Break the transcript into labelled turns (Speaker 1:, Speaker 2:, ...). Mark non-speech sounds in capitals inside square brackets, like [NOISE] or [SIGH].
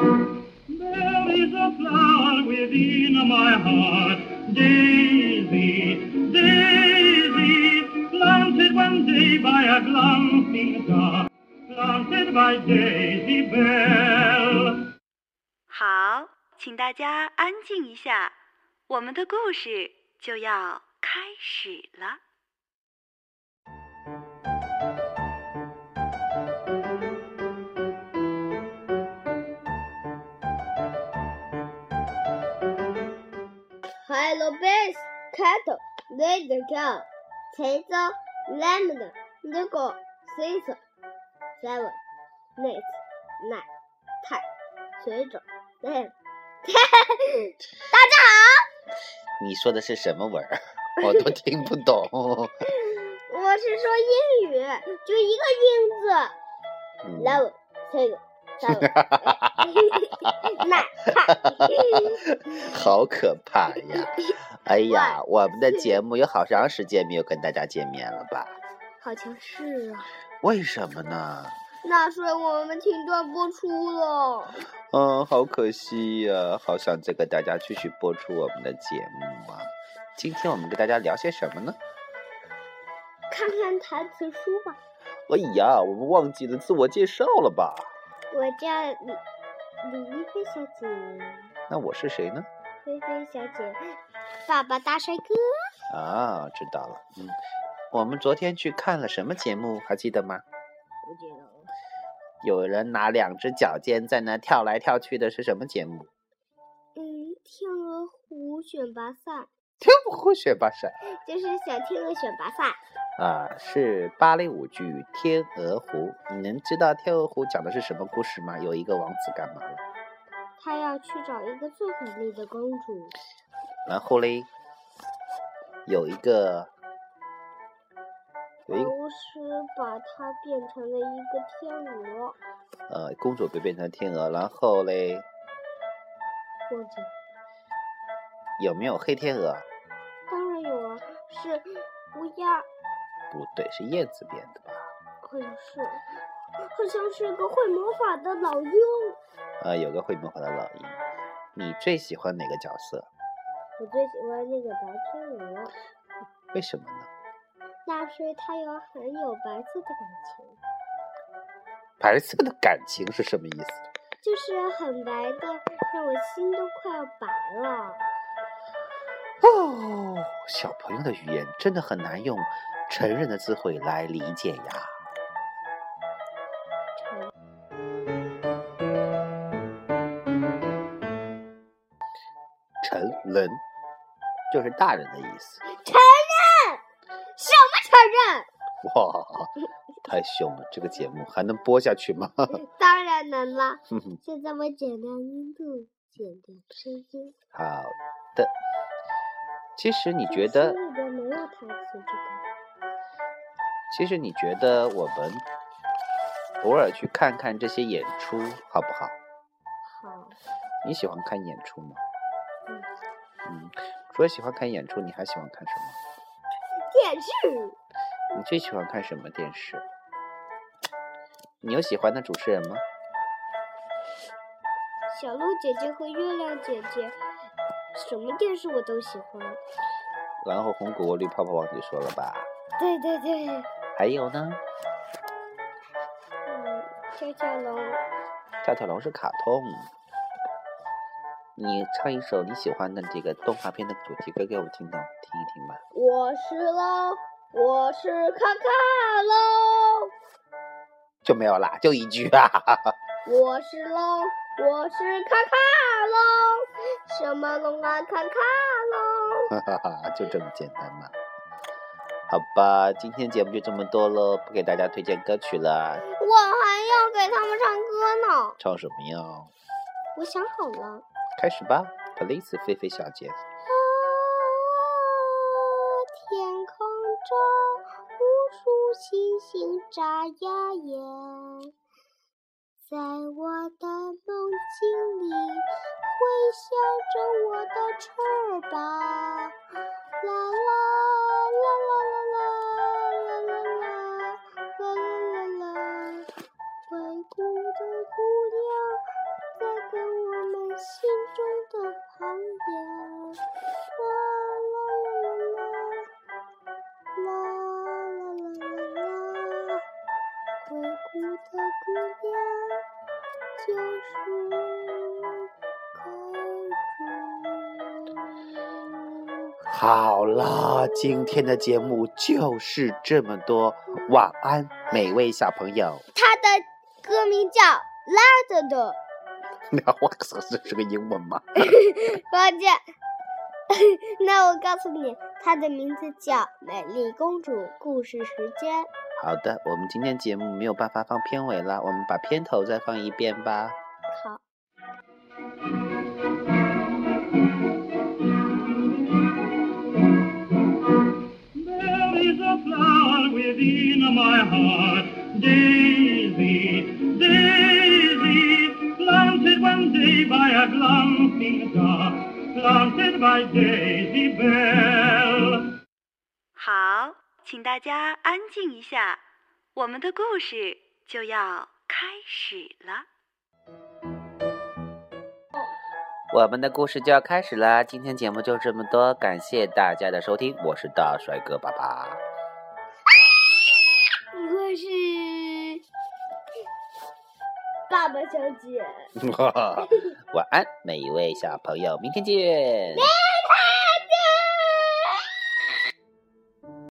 Speaker 1: There is a flower within my heart, Daisy, Daisy, planted one day by a glancing star, planted by Daisy Bell.
Speaker 2: 好，请大家安静一下，我们的故事就要开始了。
Speaker 3: Hello, bears, cattle, lay the cow, taser, lemon, nickel, six, seven, eight, nine, ten，水肿，ten。大家
Speaker 4: 你说的是什么文儿？ [LAUGHS] 我都听不懂。
Speaker 3: 好， [LAUGHS] 我是说英语，就一个英字
Speaker 4: 嗯
Speaker 3: ，lemon, six, [LAUGHS] seven, eight, nine, ten。
Speaker 4: 好可怕呀！哎呀，我们的节目有好长时间没有跟大家见面了吧？
Speaker 3: [LAUGHS] 好像是啊，
Speaker 4: 为什么呢？
Speaker 3: 那说明我们停断播出了。
Speaker 4: 嗯，好可惜呀、好想再跟大家继续播出我们的节目啊。今天我们跟大家聊些什么呢？
Speaker 3: 看看台词书吧。
Speaker 4: 哎呀，我们忘记了自我介绍了吧？
Speaker 3: 我叫李李一菲小姐，
Speaker 4: 那我是谁呢？
Speaker 3: 菲菲小姐，爸爸大帅哥。
Speaker 4: 啊，知道了。嗯，我们昨天去看了什么节目？还记得吗？
Speaker 3: 不记得了，
Speaker 4: 有人拿两只脚尖在那跳来跳去的是什么节目？
Speaker 3: 嗯，天鹅湖选拔赛，
Speaker 4: 跳舞学霸赛
Speaker 3: 就是小天鹅选拔赛。
Speaker 4: 啊，是芭蕾舞剧《天鹅湖》。你能知道《天鹅湖》讲的是什么故事吗？有一个王子干嘛了？
Speaker 3: 他要去找一个最美丽的公主，
Speaker 4: 然后嘞，有一个有一个
Speaker 3: 巫师把她变成了一个天鹅。
Speaker 4: 呃，公主被变成天鹅，然后嘞，
Speaker 3: 忘记了，
Speaker 4: 有没有黑天鹅？
Speaker 3: 当然有啊，是乌鸦，
Speaker 4: 不对，是燕子变的吧？
Speaker 3: 好像是，好像是个会魔法的老鹰。
Speaker 4: 呃，有个会魔法的老鹰。你最喜欢哪个角色？
Speaker 3: 我最喜欢那个白天鹅。
Speaker 4: 为什么呢？
Speaker 3: 那是它有很有白色的感情，
Speaker 4: 白色的感情是什么意思？
Speaker 3: 就是很白的，让我心都快要白了。
Speaker 4: 哦，小朋友的语言真的很难用成人的智慧来理解呀。成人就是大人的意思。 [LAUGHS]
Speaker 3: 什么
Speaker 4: 哇，太凶了！这个节目还能播下去吗？ [LAUGHS]
Speaker 3: 承认？嗯当然能了。现在我减掉音度，减掉声音。
Speaker 4: 好的。其实你
Speaker 3: 这
Speaker 4: 觉得
Speaker 3: 心里边没有台词这个？
Speaker 4: 其实你觉得我们偶尔去看看这些演出好不好？
Speaker 3: 好，
Speaker 4: 你喜欢看演出吗？
Speaker 3: 嗯
Speaker 4: 嗯，除了喜欢看演出，你还喜欢看什么？
Speaker 3: 电视
Speaker 4: 你最喜欢看什么电视？你有喜欢的主持人吗？
Speaker 3: 小鹿姐姐和月亮姐姐，什么电视我都喜欢。
Speaker 4: 然后红果果绿泡泡忘记说了吧？
Speaker 3: 对对对，
Speaker 4: 还有呢，
Speaker 3: 嗯，跳跳龙，
Speaker 4: 跳跳龙是卡通。你唱一首你喜欢的这个动画片的主题歌给我们听听，听一听吧。
Speaker 3: 我是喽，我是卡卡喽。
Speaker 4: 就没有啦，就一句啊。 [LAUGHS]
Speaker 3: 我是龙，我是卡卡龙，什么龙啊，卡卡龙。
Speaker 4: 哈哈哈，就这么简单嘛。好吧，今天节目就这么多喽，不给大家推荐歌曲了，
Speaker 3: 我还要给他们唱歌呢。
Speaker 4: 唱什么呀？
Speaker 3: 我想好了，
Speaker 4: 开始吧，Police 菲菲小姐。
Speaker 3: 啊，天空中无数星星眨呀眼，在我的梦境里挥向着我的翅膀，啦啦啦啦啦啦啦啦啦。福的姑娘就是公主。
Speaker 4: 好啦，今天的节目就是这么多，晚安，每位小朋友。 [LAUGHS]
Speaker 3: 它的歌名叫《拉德的
Speaker 4: 那我可这是个英文吗？
Speaker 3: 抱歉， [LAUGHS] 那我告诉你，它的名字叫《美丽公主故事时间》。
Speaker 4: 好的，我们今天节目没有办法放片尾了，我们把片头再放一遍吧。
Speaker 3: 好。
Speaker 1: There is a flower within my heart, Daisy, Daisy, planted one day by a glancing star, planted by Daisy Bell.
Speaker 2: 好，请大家安静一下，我们的故事就要开始了。
Speaker 4: 我们的故事就要开始啦，今天节目就这么多，感谢大家的收听，我是大帅哥爸爸。
Speaker 3: 我是爸爸小姐。
Speaker 4: 晚安，每一位小朋友，明天见。